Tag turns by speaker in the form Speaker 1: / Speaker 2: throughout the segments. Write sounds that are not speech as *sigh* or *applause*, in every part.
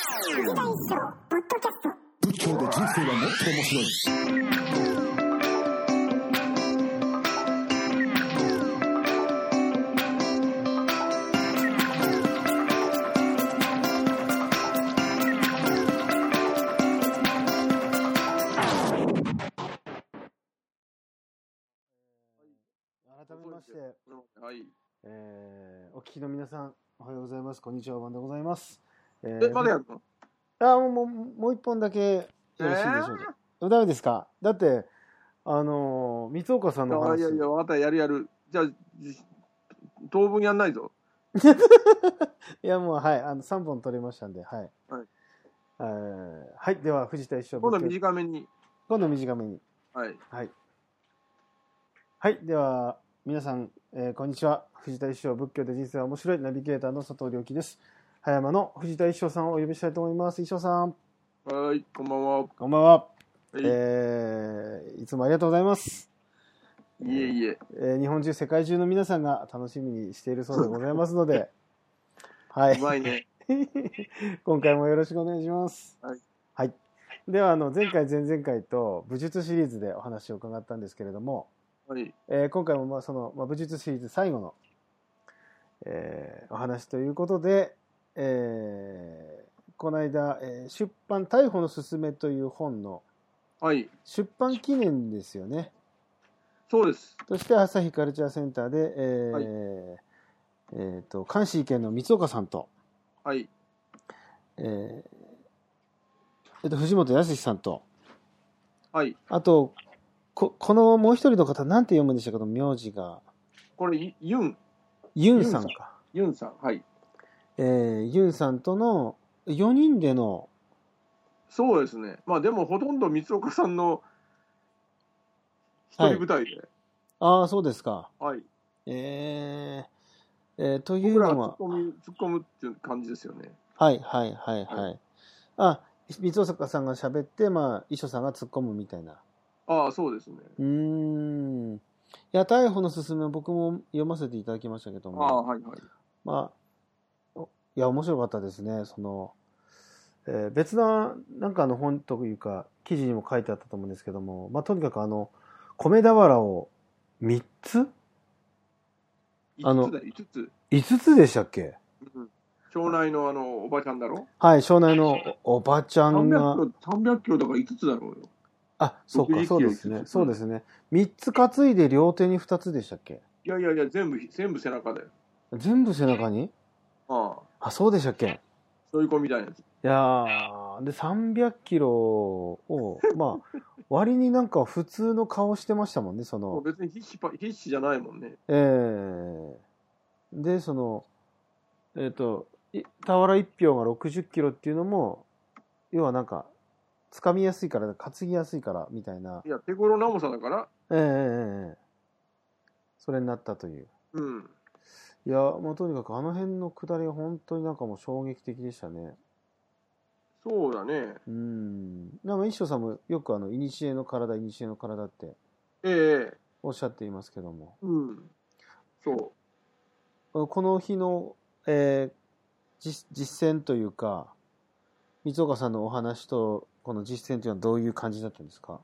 Speaker 1: 副大将ポッドキャスト
Speaker 2: 仏教で人生はもっと面白い。
Speaker 3: 改めまして、
Speaker 4: はい。
Speaker 3: えーお聞きの皆さん、おはようございます。こんにちは、ワンでございます。え
Speaker 4: え、まだや
Speaker 3: あ
Speaker 4: るの
Speaker 3: ーもう、もうもう一本だけよろしいでしょうか。ダメですかだって、あのー、三岡さんの
Speaker 4: あ
Speaker 3: 話。
Speaker 4: いやいや、わかった、やるやる。じゃあ、じ当分やんないぞ。
Speaker 3: いやもう、はい、あの、3本取れましたんで、はい。
Speaker 4: はい
Speaker 3: えーはい、では、藤田一生
Speaker 4: 今度は
Speaker 3: 仏教
Speaker 4: 短めに。
Speaker 3: 今度短めに。
Speaker 4: はい。
Speaker 3: はい。はい。では、皆さん、えーこんにちは。藤田一生仏教で人生は面白いナビゲーターの佐藤良樹です。葉山の藤田一生さんをお呼びしたいと思います。一生さん、
Speaker 4: はい、こんばんは。は
Speaker 3: こんばんは。
Speaker 4: い、
Speaker 3: えーいつもありがとうございます。
Speaker 4: いえいえ。
Speaker 3: えー日本中、世界中の皆さんが楽しみにしているそうでございます
Speaker 4: *laughs*
Speaker 3: ので、は
Speaker 4: う
Speaker 3: い。 *laughs*
Speaker 4: まいね。
Speaker 3: 今回もよろしくお願いします。
Speaker 4: はい。
Speaker 3: はい。では、あの、前回、前々回と、武術シリーズでお話を伺ったんですけれども、
Speaker 4: はい。
Speaker 3: えー今回もまあその、まあ、武術シリーズ最後の、えーお話ということで、えーこの間、えー出版「逮捕のすすめ」という本の
Speaker 4: はい。
Speaker 3: 出版記念ですよね
Speaker 4: そうです。
Speaker 3: として朝日カルチャーセンターで、えー
Speaker 4: はい
Speaker 3: えーと監視意見の三岡さんと,、
Speaker 4: はい。
Speaker 3: えーえーと藤本靖さんと
Speaker 4: はい。
Speaker 3: あとここのもう一人の方なんて読むんでしたっけど名字が
Speaker 4: これ、いユン、
Speaker 3: ユンさんか。
Speaker 4: ユンさん。はい。
Speaker 3: えーユンさんとの4人での、
Speaker 4: そうですね。まあ、でも、ほとんど三岡さんの一人舞台で。
Speaker 3: ああ、そうですか。
Speaker 4: はい。
Speaker 3: えーえーという
Speaker 4: 僕ら
Speaker 3: の
Speaker 4: が突っ
Speaker 3: は、
Speaker 4: 込む、突っ込むっていう感じですよね。
Speaker 3: はいはいはいはい。
Speaker 4: は
Speaker 3: あ、三坂さんが喋って、まあ、遺書さんが突っ込むみたいな。
Speaker 4: ああ、そうですね。
Speaker 3: うーん。いや、逮捕のすすめは僕も読ませていただきましたけど
Speaker 4: あ
Speaker 3: も、
Speaker 4: あ、はいはい。
Speaker 3: まあ、おいや、面白かったですね。その、えー別な、なんかあの本というか、記事にも書いてあったと思うんですけども、まあ、とにかくあの、米俵を3つあ
Speaker 4: 5
Speaker 3: の
Speaker 4: つだよ、5つ。
Speaker 3: 5つでしたっけ
Speaker 4: うん町内のあの、おばちゃんだろ
Speaker 3: はい、庄内のおおばちゃんが。
Speaker 4: 300キロ、300キロだから5つだろうよ。
Speaker 3: あ、そうか、
Speaker 4: 60
Speaker 3: そうです
Speaker 4: キ
Speaker 3: ね。
Speaker 4: ロ
Speaker 3: そうですね。3つ担いで両手に2つでしたっけ
Speaker 4: いやいやいや、全部、全部背中だよ。
Speaker 3: 全部背中に
Speaker 4: ああ、
Speaker 3: あ、そうでしたっけ
Speaker 4: そういう子みたいなやつ。
Speaker 3: いやー、で、300キロを、まあ、割になんか普通の顔してましたもんね、そ
Speaker 4: もう
Speaker 3: の、
Speaker 4: 別に必死パ、必死じゃないもんね。
Speaker 3: えー、で、その、えっ、と、い俵一票が60キロっていうのも、要はなんか、掴みやすいから、担ぎやすいから、みたいな。
Speaker 4: いや、手頃な重さだから、
Speaker 3: ええええええそれになったという。
Speaker 4: うん。
Speaker 3: いや、もうとにかくあの辺の下りは本当になんかもう衝撃的でしたね。
Speaker 4: そうだね。
Speaker 3: うん。なんか一生さんもよくあの、いにしえの体、いにしえの体って
Speaker 4: ええ
Speaker 3: おっしゃっていますけども、
Speaker 4: うん。そ
Speaker 3: この日の、えー実実践というか、三岡さんのお話と、この実践というのはどういう感じだったんですか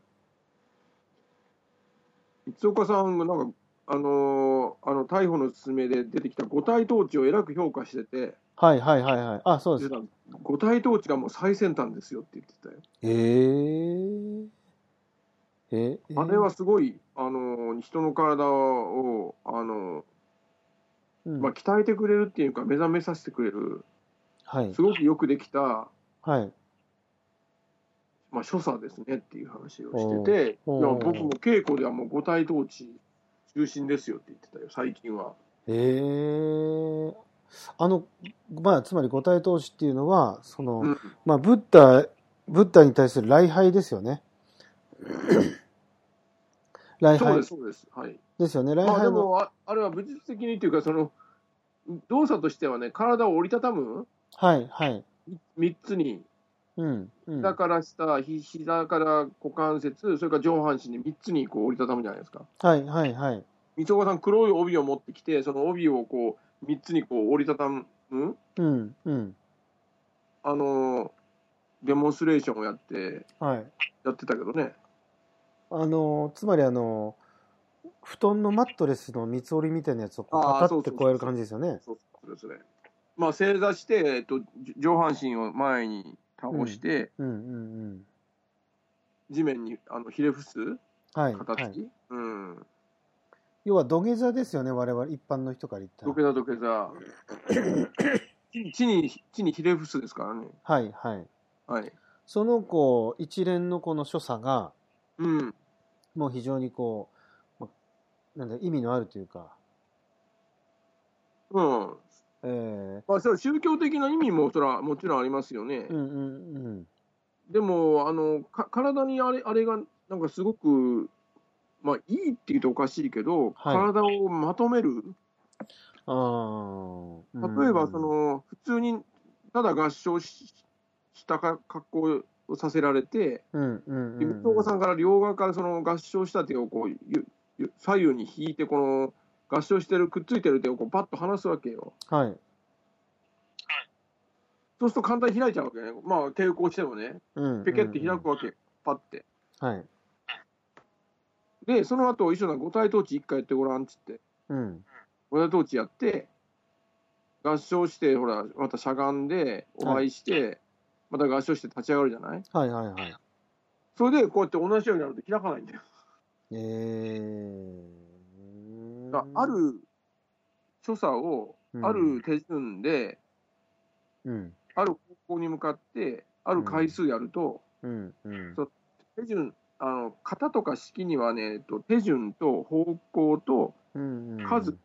Speaker 4: う。一岡さんがなんか、あのーあの、逮捕の勧めで出てきた五体統治をえらく評価してて、
Speaker 3: はいはいはいはい。あ、そうで。
Speaker 4: です五体統治がもう最先端ですよって言ってたよ。
Speaker 3: えー、えー、えー
Speaker 4: あれは、すごい、あのー人の体を、あの
Speaker 3: うん
Speaker 4: ーまあ、鍛えてくれるっていうか、目覚めさせてくれる、
Speaker 3: はい
Speaker 4: す。ごくよくできた、
Speaker 3: はい。
Speaker 4: まあ、所作ですねっていう話をしてて、いや
Speaker 3: おうおう
Speaker 4: 僕も稽古ではもう五体統治中心ですよって言ってたよ、最近は。
Speaker 3: ええあの、まあ、つまり五体投資っていうのは、その、
Speaker 4: うん
Speaker 3: まあ、ブッダ、ブッダに対する礼拝です
Speaker 4: *laughs*
Speaker 3: よね。礼
Speaker 4: そう
Speaker 3: 拝
Speaker 4: です、そうです。はい。
Speaker 3: ですよね。礼
Speaker 4: まあで
Speaker 3: 拝の、
Speaker 4: もあ、あれは武術的にというか、その、動作としてはね、体を折りたたむ
Speaker 3: はい、はい。
Speaker 4: 3つに、
Speaker 3: うん、うん。
Speaker 4: 膝から下、ひ膝から股関節、それから上半身に3つにこう折りたたむじゃないですか。
Speaker 3: はい、はい、はい。
Speaker 4: 三岡さん、黒い帯を持ってきて、その帯をこう、3つにこう折りたたむ、
Speaker 3: うん、うん。
Speaker 4: あのーデモンストレーションをやって、
Speaker 3: はい。
Speaker 4: やってたけどね。
Speaker 3: あの、つまりあの、布団のマットレスの三つ折りみたいなやつをこう
Speaker 4: あー
Speaker 3: パタ
Speaker 4: そ
Speaker 3: っ
Speaker 4: うそう
Speaker 3: て
Speaker 4: そう
Speaker 3: こうやる感じですよね。
Speaker 4: そうそうですね。まあ、正座して、えっと、じ上半身を前に倒して、
Speaker 3: うんうんうん。
Speaker 4: 地面にあのひれ伏す
Speaker 3: はい。
Speaker 4: 形、
Speaker 3: はい、
Speaker 4: うん。
Speaker 3: 要は土下座ですよね、我々、一般の人から言った
Speaker 4: 土下
Speaker 3: ら。
Speaker 4: 座土下
Speaker 3: *laughs*
Speaker 4: 座。地に、地にひれ伏すですからね。
Speaker 3: はいはい。
Speaker 4: はい。
Speaker 3: そのこう、一連のこの所作が、
Speaker 4: うん。
Speaker 3: もう非常にこう、まなんだ、意味のあるというか、
Speaker 4: うん。
Speaker 3: えー、
Speaker 4: まあ、それは宗教的な意味も、それはもちろんありますよね。
Speaker 3: うんうんうん。
Speaker 4: でも、あの、か体にあれ、あれが、なんかすごく、まあ、いいって言うとおかしいけど、
Speaker 3: はい
Speaker 4: 体をまとめる。
Speaker 3: あー
Speaker 4: 例えば、そ、
Speaker 3: うん
Speaker 4: の、普通に、ただ合唱ししたか格好をさせられて、
Speaker 3: うんうんうん、
Speaker 4: 自民党さんから両側からその合唱した手をこうゆゆ左右に引いて、この合唱してる、くっついてる手をこうパッと離すわけよ。
Speaker 3: はい。
Speaker 4: そうすると簡単に開いちゃうわけね。まあ、抵抗してもね、
Speaker 3: うん
Speaker 4: ペケって開く
Speaker 3: わ。
Speaker 4: わけ、パッて。
Speaker 3: はい。
Speaker 4: で、その後、一緒な五体統治一回やってごらんっつって、
Speaker 3: うん。
Speaker 4: 五体統治やって、合唱して、ほら、またしゃがんで、お会いして、また合唱して立ち上がるじゃない
Speaker 3: はいはいはい。
Speaker 4: それで、こうやって同じようになると開かないんだよ。
Speaker 3: え
Speaker 4: だ
Speaker 3: ー
Speaker 4: か。らあ、る所作を、
Speaker 3: うん
Speaker 4: ある手順で、
Speaker 3: うん。
Speaker 4: ある方向に向かって、ある回数やると、
Speaker 3: うん。うん。
Speaker 4: そう手順、あの型とか式にはね、えっと、手順と方向と、
Speaker 3: うんうん
Speaker 4: 数。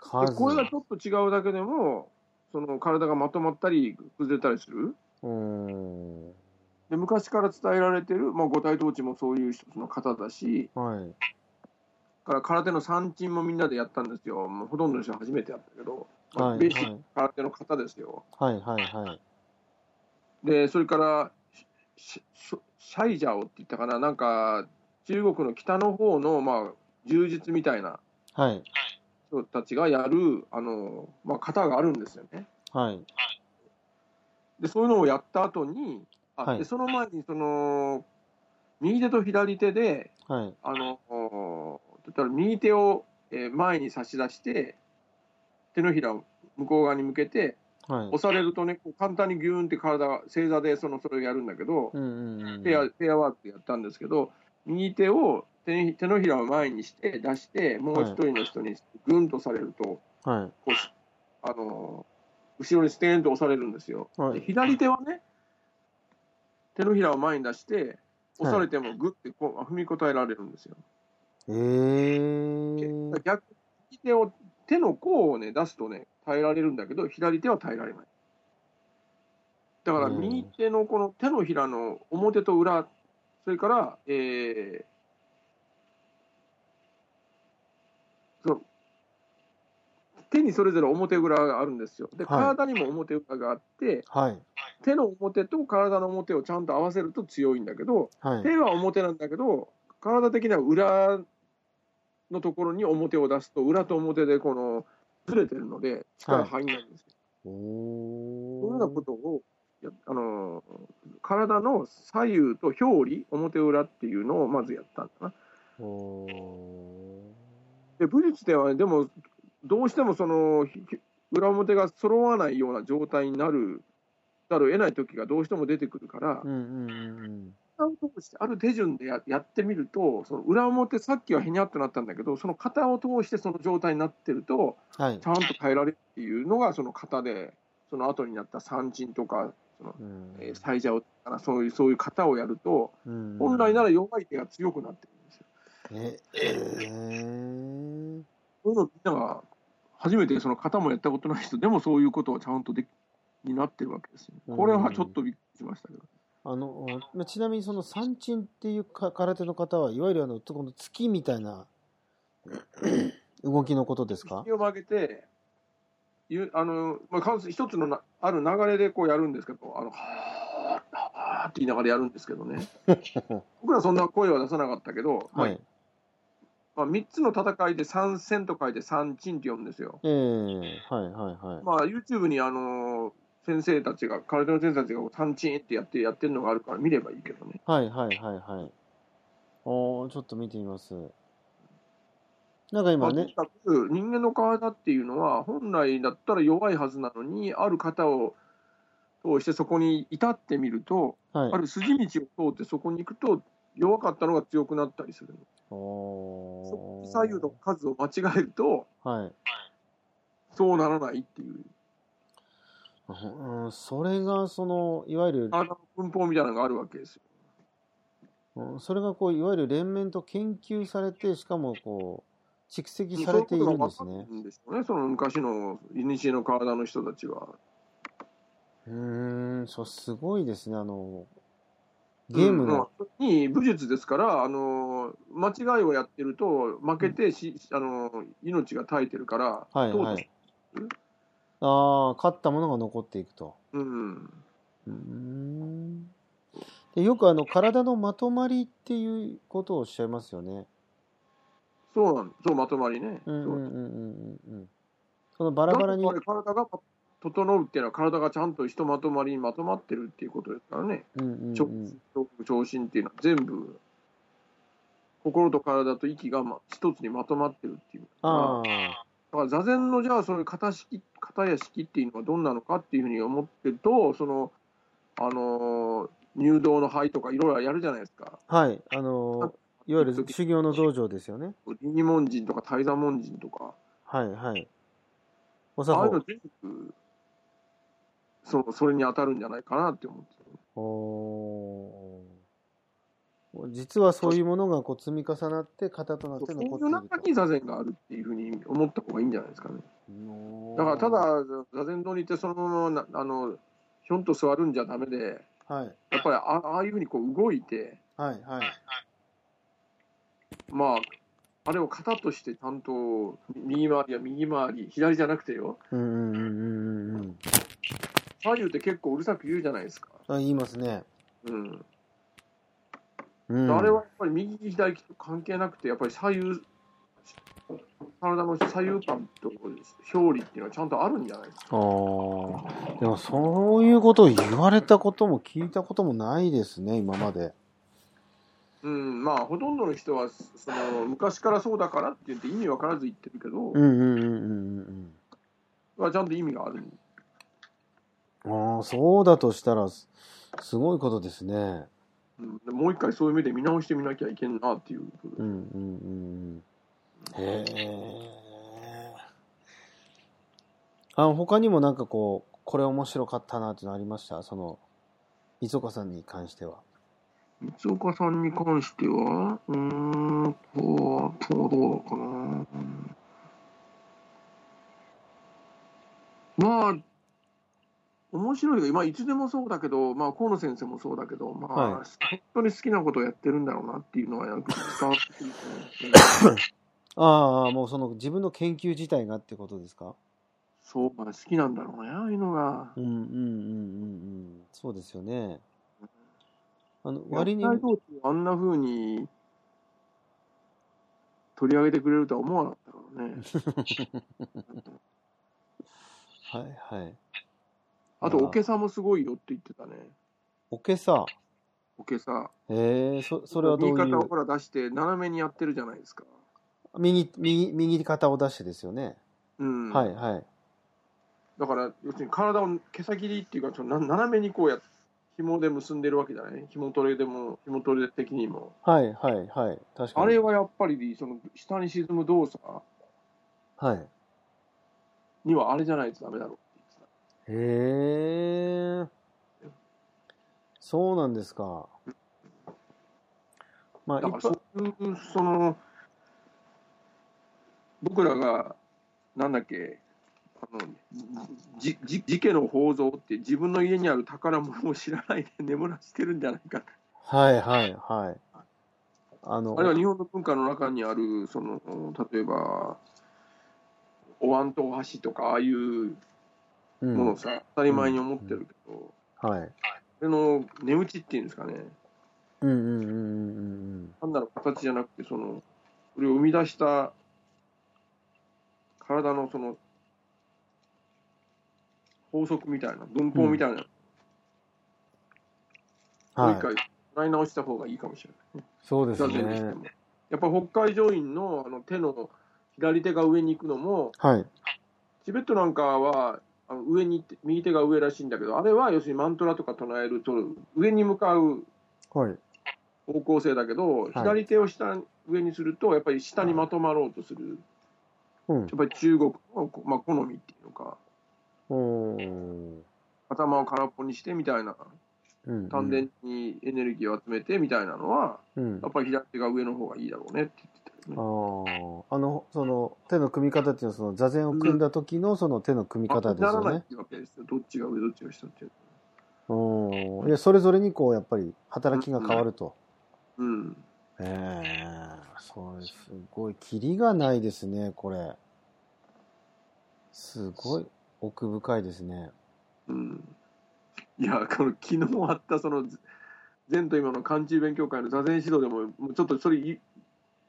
Speaker 3: 数。
Speaker 4: でこれがちょっと違うだけでも、その体がまとまったり、崩れたりする。
Speaker 3: うーん。
Speaker 4: で昔から伝えられてる、まあ、五体統治もそういう一つの型だし、
Speaker 3: はい。
Speaker 4: から空手の三鎮もみんなでやったんですよ、もうほとんどの人は初めてやったけど、まあ
Speaker 3: はい。
Speaker 4: ベーシック
Speaker 3: は。
Speaker 4: ない空手の型ですよ。
Speaker 3: はい。はい。はい。
Speaker 4: で、それからシシシャイジャオって言ったかな、なんか中国の北の方のまあ柔術みたいな
Speaker 3: はい。
Speaker 4: 人たちがやるあの、まあ、型があるんですよね。
Speaker 3: はい。
Speaker 4: で、そういうのをやった後に、あ
Speaker 3: はい
Speaker 4: でその前にその右手と左手で、
Speaker 3: はい。
Speaker 4: あのおだったら右手をえー前に差し出して、手のひらを向こう側に向けて、
Speaker 3: はい
Speaker 4: 押。されるとね、こう簡単にギューンって体が、正座でそのそれをやるんだけど、
Speaker 3: うんうんうん。
Speaker 4: ペアペアワークやったんですけど、右手を手に手のひらを前にして出して、もう一人の人にグンとされると、
Speaker 3: はい。
Speaker 4: こうしあのー後ろにステーンと押されるんですよ。
Speaker 3: は
Speaker 4: で
Speaker 3: い。
Speaker 4: 左手はね、手のひらを前に出して、押されてもグッてこう踏みこたえられるんですよ。
Speaker 3: えー。
Speaker 4: 逆に右手を手の甲をね出すとね耐えられるんだけど左手は耐えられないだから
Speaker 3: うん
Speaker 4: 右手のこの手のひらの表と裏それからえーそう手にそれぞれ表裏があるんですよ。で、
Speaker 3: はい
Speaker 4: 体にも表裏があって、
Speaker 3: はい。
Speaker 4: 手の表と体の表をちゃんと合わせると強いんだけど、
Speaker 3: はい。
Speaker 4: 手は表なんだけど、体的には裏のところに表を出すと、裏と表でこのずれてるので、力入んないんですよ。
Speaker 3: お
Speaker 4: このようなことをやあのー体の左右と表裏、表裏っていうのをまずやったんだな。
Speaker 3: とお
Speaker 4: で武術ではね、でも、どうしてもそのひひ裏表が揃わないような状態になる。だろう得ない時がどうしても出てくるから
Speaker 3: ーう、んうんうんうん。
Speaker 4: 型を通してある手順でややってみると、その裏表、さっきはへにゃっとなったんだけど、その型を通してその状態になってると、
Speaker 3: はい
Speaker 4: ち。ゃんと変えられるっていうのが、その型で、その後になった三鎮とか、
Speaker 3: うん
Speaker 4: えー、サイジャオとかなそういう、そういう型をやると、
Speaker 3: うん
Speaker 4: 本来なら弱い手が強くなってるんですよ。
Speaker 3: え、えー、
Speaker 4: そういうのみんなが、初めてその型もやったことない人でもそういうことをちゃんとできになってるわけですよ。これはちょっとびっくりしましたけど。
Speaker 3: あの、おまあちなみにその三鎮っていうか空手の方は、いわゆるあの、とこの月みたいな動きのことですか
Speaker 4: 引きを曲げて、ゆあのまあ、数一つのなある流れでこうやるんですけど、あのはーはーって言いながらやるんですけど
Speaker 3: *laughs*
Speaker 4: ね、僕らそんな声は出さなかったけど、まあ
Speaker 3: はい。
Speaker 4: まあ、3つの戦いで3戦と書いて三鎮って呼ぶんですよ。
Speaker 3: ええはいはいはい。
Speaker 4: まあ、YouTube にあの先生たちが、空手の先生たちがこうタンチンってやってやってるのがあるから見ればいいけどね。
Speaker 3: はいはいはいはい。おー、ちょっと見てみます。なんか
Speaker 4: まあ
Speaker 3: 今
Speaker 4: とに
Speaker 3: ね、
Speaker 4: かく人間の体っていうのは、本来だったら弱いはずなのに、ある方を通してそこに至ってみると、
Speaker 3: はい
Speaker 4: あ。る筋道を通ってそこに行くと、弱かったのが強くなったりするの。
Speaker 3: おー。
Speaker 4: 左右の数を間違えると、
Speaker 3: はい。
Speaker 4: そうならないっていう、
Speaker 3: うん、それがその、いわゆる、
Speaker 4: 体の文法みたいなのがあるわけですよ。
Speaker 3: うんそれがこう、いわゆる連綿と研究されて、しかもこう、蓄積さ
Speaker 4: そうい
Speaker 3: れ
Speaker 4: う
Speaker 3: て
Speaker 4: こ
Speaker 3: い
Speaker 4: と
Speaker 3: るん
Speaker 4: が分
Speaker 3: です
Speaker 4: か
Speaker 3: ね
Speaker 4: る。んでしょうね、その昔の古の体の人たちは。
Speaker 3: うーん、そう、すごいですね。あの、ゲームの、
Speaker 4: うんに武術ですから、あの間違いをやってると、負けてし、あの命が絶えてるから、
Speaker 3: はい
Speaker 4: どうぞ
Speaker 3: はい。ああ、勝ったものが残っていくと。
Speaker 4: うん、
Speaker 3: うーんでよくあの体のまとまりっていうことをおっしゃいますよね。
Speaker 4: そうなんそう、まとまりね。
Speaker 3: うんう
Speaker 4: そう
Speaker 3: んうんうんうんうん。そのバラバラに
Speaker 4: だ、から体が整うっていうのは、体がちゃんとひとまとまりにまとまってるっていうことですからね、
Speaker 3: うんうんうん
Speaker 4: 直腸聴診っていうのは、全部、心と体と息が、ま、一つにまとまってるっていう。
Speaker 3: あ
Speaker 4: だから座禅のじゃあそれ型式型や式っていうのはどんなのかっていうふうに思ってるとそのあのー入道の灰とかいろいろやるじゃないですか
Speaker 3: あ、はい。あの、いわゆる修行の道場ですよね。
Speaker 4: 臨時門人とか大座門人とか
Speaker 3: はいはい。お
Speaker 4: あ
Speaker 3: 作
Speaker 4: あいうの
Speaker 3: 法。
Speaker 4: 全部そのそれに当たるんじゃないかなって思ってる
Speaker 3: おー実はそういうものがこう積み重なって型となっ
Speaker 4: そう
Speaker 3: て
Speaker 4: そうい
Speaker 3: 残って
Speaker 4: う中
Speaker 3: いる
Speaker 4: に座禅があるっていうふうに思った方がいいんじゃないですかねだか
Speaker 3: と。
Speaker 4: らただ座禅堂に行ってそのままなあのひょんと座るんじゃダメで
Speaker 3: はい
Speaker 4: やっぱりあああいうふうにこう動いて
Speaker 3: はいはい。
Speaker 4: まあ、あれを型として担当、右回りや右回り、左じゃなくてよ、
Speaker 3: うんうんうんうんうんうん。
Speaker 4: 左右って結構うるさく言うじゃないですか。
Speaker 3: あ言いますね。
Speaker 4: うん。
Speaker 3: うん、
Speaker 4: あれはやっぱり右、左と関係なくて、やっぱり左右、体の左右感と表裏っていうのはちゃんとあるんじゃないですか。
Speaker 3: ああ、でもそういうことを言われたことも聞いたこともないですね、今まで。
Speaker 4: うん、まあ、ほとんどの人は、その、昔からそうだからって言って意味わからず言ってるけど、
Speaker 3: うんうんうんうん
Speaker 4: はちゃんと意味がある。
Speaker 3: うん。ああ、そうだとしたら、すすごいことですね。
Speaker 4: うん、でもう一回そういう目で見直してみなきゃいけんなっていう。
Speaker 3: うんうんうんうん。へえ。あ他にもなんかこう、これ面白かったなってのありましたその、磯岡さんに関しては。
Speaker 4: 三岡さんに関しては、うーんと、今日どうかな。まあ、面白いが、まあ、いつでもそうだけど、まあ、河野先生もそうだけど、まあ、
Speaker 3: は
Speaker 4: 本当に好きなことをやってるんだろうなっていうのは、やっぱ伝わってくると思う
Speaker 3: ああ、もうその自分の研究自体がってことですか
Speaker 4: そう、まあ、好きなんだろうね、ああいうのが。
Speaker 3: うんうんうんうんうん。そうですよね。あの、割に、
Speaker 4: 野
Speaker 3: う
Speaker 4: 菜
Speaker 3: ん
Speaker 4: 同士をあんな風に取り上げてくれるとは思わなかったからね。
Speaker 3: はいはい。
Speaker 4: あと、おけさもすごいよって言ってたね。
Speaker 3: おけさ。
Speaker 4: おけさ。
Speaker 3: えー、そ、それはどうい
Speaker 4: 右肩を
Speaker 3: う。
Speaker 4: ほら出して、斜めにやってるじゃないですか。
Speaker 3: 右、右、右肩を出してですよね。
Speaker 4: うん。
Speaker 3: はいはい。
Speaker 4: だから、要するに体を毛先りっていうか、そのな斜めにこうやって、紐で結んでるわけじゃない紐トレでも、紐トレ的にも。
Speaker 3: はいはいはい。確か
Speaker 4: あ
Speaker 3: に。
Speaker 4: れはやっぱり、その、下に沈む動作
Speaker 3: はい。
Speaker 4: にはあれじゃないとダメだろうって言って
Speaker 3: へえ。そうなんですか。まあ、
Speaker 4: た。だ
Speaker 3: 一
Speaker 4: から、
Speaker 3: 般、
Speaker 4: そういう、その、僕らが、なんだっけ、あのじじ自家の宝蔵って自分の家にある宝物を知らないで *laughs* 眠らしてるんじゃないかって
Speaker 3: はいはいはい。あの、
Speaker 4: あるいは日本の文化の中にあるその例えばお椀とお箸とかああいう
Speaker 3: う
Speaker 4: ものを
Speaker 3: ん。
Speaker 4: さ、当たり前に思ってるけど、
Speaker 3: はい。
Speaker 4: それの値打ちっていうんですかね
Speaker 3: うんうんうんうんうんうん。
Speaker 4: 単なる形じゃなくてそのそれを生み出した体のその法則みたいな、文法みたいな、もう一
Speaker 3: はい。
Speaker 4: 回、洗い直した方がいいかもしれない。
Speaker 3: そうです
Speaker 4: 座禅にして
Speaker 3: ね
Speaker 4: も。やっぱり北海上院のあの手の左手が上に行くのも、
Speaker 3: はい。
Speaker 4: チベットなんかはあの上に行って右手が上らしいんだけど、あれは要するにマントラとか唱えると、上に向かう
Speaker 3: はい。
Speaker 4: 方向性だけど、左手を下に上にすると、やっぱり下にまとまろうとする、
Speaker 3: うん
Speaker 4: や。っぱり中国の、まあ、好みっていうのか、
Speaker 3: おー
Speaker 4: 頭を空っぽにしてみたいな、
Speaker 3: うん。
Speaker 4: 丹田にエネルギーを集めてみたいなのは、
Speaker 3: うん。
Speaker 4: やっぱり左手が上の方がいいだろうねって言ってたよね。
Speaker 3: ああ。あの、その、手の組み方っていうのは、その座禅を組んだ時のその手の組み方です
Speaker 4: なら
Speaker 3: よ
Speaker 4: ないっ
Speaker 3: ね。
Speaker 4: ていうわけですよ。どっちが上、どっちが下っていう。
Speaker 3: うん。いや、それぞれにこう、やっぱり働きが変わると。
Speaker 4: うん。
Speaker 3: ええそうです。すごい。キリがないですね、これ。すごい奥深いですね。 *laughs*
Speaker 4: うんいや、この昨日あったその前と今の漢中勉強会の座禅指導でも、もうちょっとそれい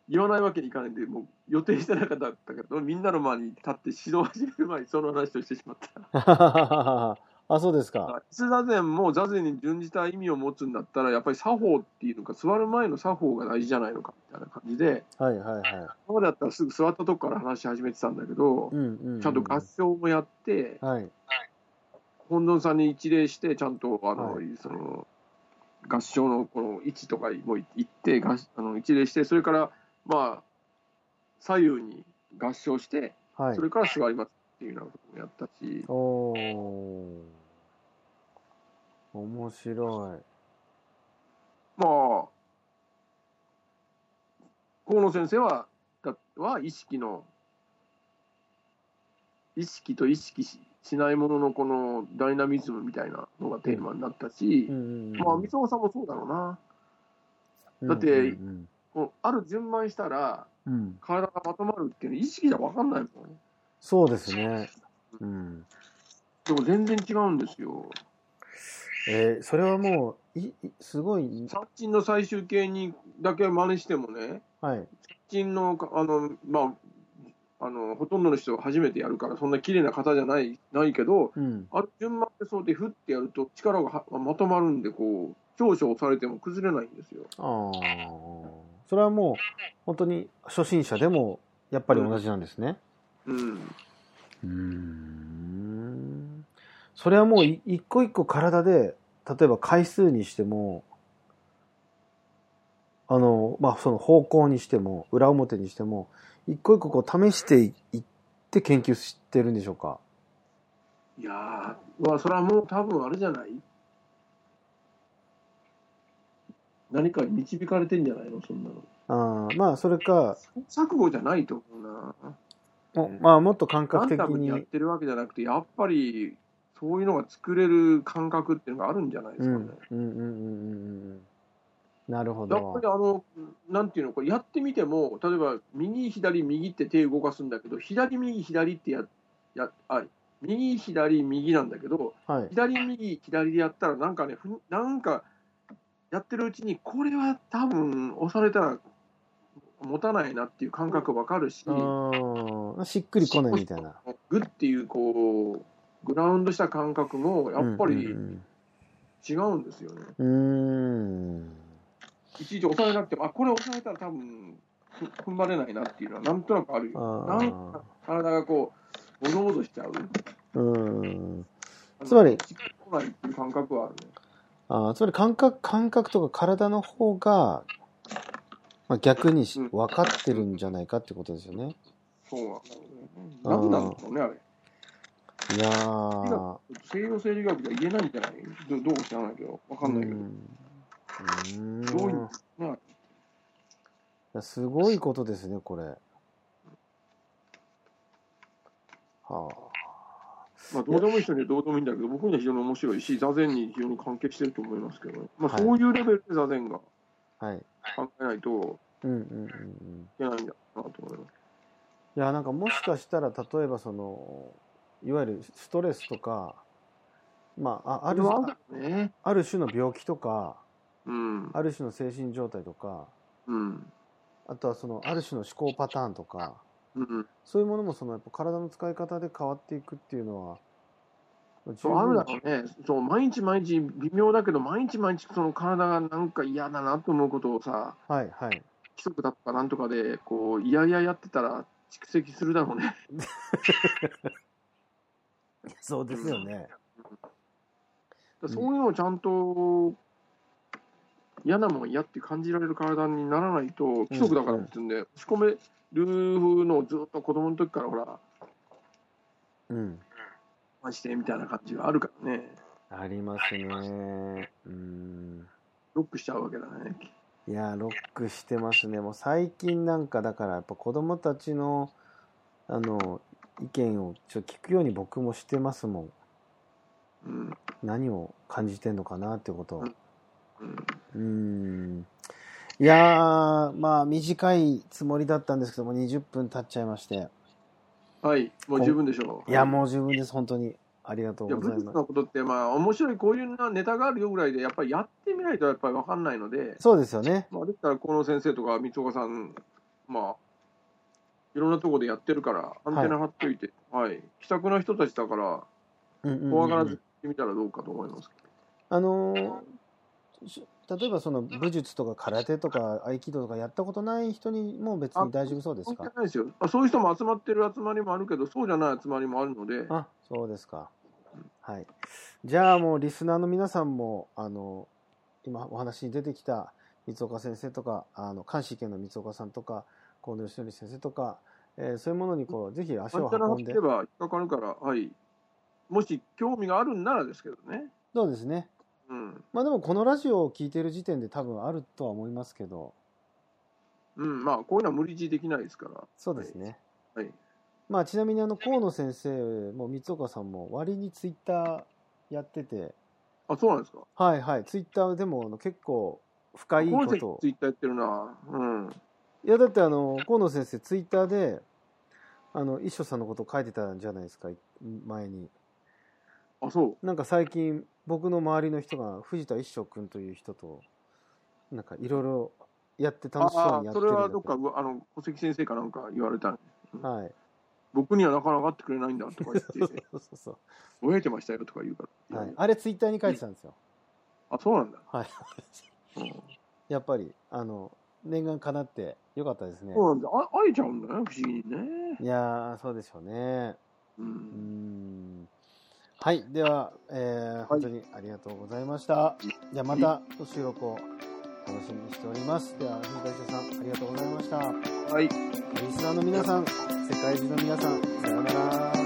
Speaker 4: 言わないわけにいかないんで、もう予定してなかったけど、みんなの前に立って指導を始める前にその話をしてしまった。
Speaker 3: あ、そうですか。
Speaker 4: 椅子座禅も座禅に準じた意味を持つんだったら、やっぱり作法っていうのか、座る前の作法が大事じゃないのかみたいな感じで、
Speaker 3: はいはいは
Speaker 4: 今までだったらすぐ座ったとこから話し始めてたんだけど
Speaker 3: い。う、んうん、
Speaker 4: ちゃんと合唱もやって、
Speaker 3: はい。
Speaker 4: 本尊さんに一礼して、ちゃんとあの、
Speaker 3: は
Speaker 4: その合唱のこの位置とかも行って、合あの一礼して、それから、まあ、左右に合唱して、
Speaker 3: はい
Speaker 4: そ。れから座りますっていうようなこともやったし、
Speaker 3: おー。面白い。
Speaker 4: まあ、河野先生は、だは意識の、意識と意識ししないもののこのダイナミズムみたいなのがテーマになったし、
Speaker 3: ん
Speaker 4: まあ、三尾さんもそうだろうな。だって
Speaker 3: うん
Speaker 4: こうある順番にしたら
Speaker 3: うんうん、
Speaker 4: 体がまとまるっていうの意識じゃ分かんないもん
Speaker 3: そうですね。うん。
Speaker 4: でも全然違うんですよ
Speaker 3: えーそれはもう、い、いすごい、
Speaker 4: 三鎮の最終形にだけ真似してもね
Speaker 3: はい。
Speaker 4: 三鎮のあのまああのほとんどの人が初めてやるからそんな綺麗な方じゃないないけど
Speaker 3: うん。
Speaker 4: ある順番でそうでふってやると力がはまとまるんでこう長所をされても崩れないんですよ
Speaker 3: ああ。それはもう、本当に初心者でも、やっぱり同じなんですね。
Speaker 4: うん
Speaker 3: うーん。それはもうい、一個一個体で、例えば回数にしても、あの、まあ、その方向にしても、裏表にしても、一個一個こう試していいって研究してるんでしょうか
Speaker 4: いやーまあそれはもう多分あれじゃない何かに導かれてんじゃないのそんなの
Speaker 3: あーまあ、それか、
Speaker 4: 錯誤じゃないと思うな。
Speaker 3: もまあ、もっと感
Speaker 4: ラ
Speaker 3: 覚
Speaker 4: ン
Speaker 3: 的
Speaker 4: ダムに
Speaker 3: に。
Speaker 4: やってるわけじゃなくて、やっぱりそういうのが作れる感覚っていうのがあるんじゃないで
Speaker 3: う
Speaker 4: す
Speaker 3: ん、う
Speaker 4: か
Speaker 3: ん
Speaker 4: ね。、
Speaker 3: うん、うんうんうん。なるほ
Speaker 4: やっぱ
Speaker 3: ど
Speaker 4: り。あの、なんていうの、これやってみても、例えば右、左、右って手動かすんだけど、左、右、左ってや、やあ右、左、右なんだけど、
Speaker 3: はい。
Speaker 4: 左、右、左でやったら、なんかね、ふんなんかやってるうちに、これは多分押されたら持たないなっていう感覚わかるし。
Speaker 3: あーしっくりこないみたいな。
Speaker 4: グっていうこうグラウンドした感覚もやっぱ
Speaker 3: う
Speaker 4: り
Speaker 3: ん
Speaker 4: 違うんですよね。
Speaker 3: うんうん、うーん。
Speaker 4: いちいち押されなくても、あこれ押されたら多分ふ踏ん張れないなっていうのはなんとなくあるよ。
Speaker 3: あ
Speaker 4: なん
Speaker 3: ー
Speaker 4: か体がこうボぞボぞしちゃう。
Speaker 3: うん。つまり
Speaker 4: しっくりこないっていう感覚はあるね。
Speaker 3: あーつまり感覚、感覚とか体の方が、まあ、逆にし
Speaker 4: うん
Speaker 3: 分かってるんじゃないかってことですよね。
Speaker 4: そうなんだろうね。なんなんだろうねあれ。
Speaker 3: いやー。
Speaker 4: 西洋生理学では言えないんじゃない？どどうか知らないけどわかんないけど。
Speaker 3: うん。
Speaker 4: どういう
Speaker 3: うんい
Speaker 4: のね
Speaker 3: やすごいことですね、これ。はあ。
Speaker 4: まあ、どうでもいい人にはどうでもいいんだけど、僕には非常に面白いし、座禅に非常に関係してると思いますけど、まあ、
Speaker 3: はい
Speaker 4: そういうレベルで座禅が
Speaker 3: はい。
Speaker 4: 考えないと
Speaker 3: うんうんうんうん。
Speaker 4: いけないんだなと思います。
Speaker 3: いや、なんかもしかしたら、例えばその、いわゆるストレスとか、まあ、ああ
Speaker 4: あれ、
Speaker 3: る
Speaker 4: はあるよね。
Speaker 3: ある種の病気とか、
Speaker 4: うん。
Speaker 3: ある種の精神状態とか、
Speaker 4: うん。
Speaker 3: あとはそのある種の思考パターンとか
Speaker 4: うん。
Speaker 3: そういうものもそのやっぱ体の使い方で変わっていくっていうのは十
Speaker 4: そうある
Speaker 3: 分
Speaker 4: だろうね、そう毎日毎日微妙だけど、毎日毎日その体がなんか嫌だなと思うことをさ、
Speaker 3: はいはい。
Speaker 4: 規則だとかなんとかで、こう、いやいややってたら蓄積するだろうね。
Speaker 3: そうですよね。
Speaker 4: だからそういうのをちゃんと、嫌なもん嫌って感じられる体にならないと、規則だからって言うんで、押し込めるのをずっと子供の時からほら、
Speaker 3: うん。
Speaker 4: ましてみたいな感じがあるからね、
Speaker 3: ありますね。うん。
Speaker 4: ロックしちゃうわけだね。
Speaker 3: いやー、ロックしてますね。もう最近なんかだから、やっぱ子供たちの、あの、意見をちょっと聞くように僕もしてますもん。
Speaker 4: うん。
Speaker 3: 何を感じてんのかなってことを。
Speaker 4: うん。
Speaker 3: うん。いやー、まあ短いつもりだったんですけども、20分経っちゃいまして。
Speaker 4: はい、もう十分でしょう。
Speaker 3: いや、もう十分です。本当に。ありがと
Speaker 4: いや
Speaker 3: う
Speaker 4: 武
Speaker 3: ござい
Speaker 4: 術
Speaker 3: ます。
Speaker 4: のことって、まあ、面白い、こういうなネタがあるよぐらいで、やっぱりやってみないとやっぱり分かんないので、
Speaker 3: そうですよね。
Speaker 4: まあ、できたら、河野先生とか、三岡さん、まあ、いろんなところでやってるから、アンテナ張っといて、はい、気さくな人たちだから、
Speaker 3: うんうんうん
Speaker 4: 怖がらず行ってみたらどうかと思いますけど。
Speaker 3: あのーし例えばその武術とか空手とか合気道とかやったことない人にも別に大丈夫そうです
Speaker 4: 関係
Speaker 3: か
Speaker 4: ないですよあそういう人も集まってる集まりもあるけど、そうじゃない集まりもあるので、
Speaker 3: あそうですかはいじゃあもうリスナーの皆さんもあの今お話に出てきた三岡先生とかあの監視権の三岡さんとか河野義則先生とか、えーそういうものにこうぜひ足
Speaker 4: アン
Speaker 3: を
Speaker 4: テナ張っ
Speaker 3: 運
Speaker 4: て
Speaker 3: んで
Speaker 4: れば引っかかるから、はい、もし興味があるんならですけどね。
Speaker 3: そうですね
Speaker 4: うん
Speaker 3: まあでもこのラジオを聞いてる時点で多分あるとは思いますけど
Speaker 4: うん、まあ、こういうのは無理強いできないですから。
Speaker 3: そうですね、
Speaker 4: はい。
Speaker 3: まあ、ちなみにあの河野先生も三岡さんも割にツイッターやってて
Speaker 4: あ、そうなんですか。
Speaker 3: はいはいツイッターでもあの結構深い
Speaker 4: この
Speaker 3: こ
Speaker 4: 人
Speaker 3: とを
Speaker 4: ツイッターやってるな。うん。
Speaker 3: いやだってあの河野先生ツイッターであの一生さんのこと書いてたんじゃないですか前に
Speaker 4: あ、そう。
Speaker 3: なんか最近僕の周りの人が藤田一生君という人となんかいろいろやって楽しそう
Speaker 4: あ
Speaker 3: にやっ
Speaker 4: そ
Speaker 3: てる
Speaker 4: れ
Speaker 3: んだ
Speaker 4: はどっか、うわあの、小関先生かなんか言われた。
Speaker 3: はい
Speaker 4: 僕にはなかなか会ってくれないんだとか言
Speaker 3: そう *laughs*
Speaker 4: って、
Speaker 3: そうそう
Speaker 4: ぼやけましたよとか言うから。
Speaker 3: はい、あれツイッターに書いてたんですよ
Speaker 4: あ、そうなんだ。
Speaker 3: はい
Speaker 4: うん
Speaker 3: やっぱりあの念願かなってよかったですね
Speaker 4: そうなんだ。あ会えちゃうんだね、不思議にね。
Speaker 3: いやー、そうでしょうね。
Speaker 4: う。
Speaker 3: うんん。はい。では、えー本当にありがとうございました。じゃあまたお収録を楽しみにしております。では、藤田一生さん、ありがとうございました。
Speaker 4: はい。
Speaker 3: リスナーの皆さん、世界中の皆さん、さようなら。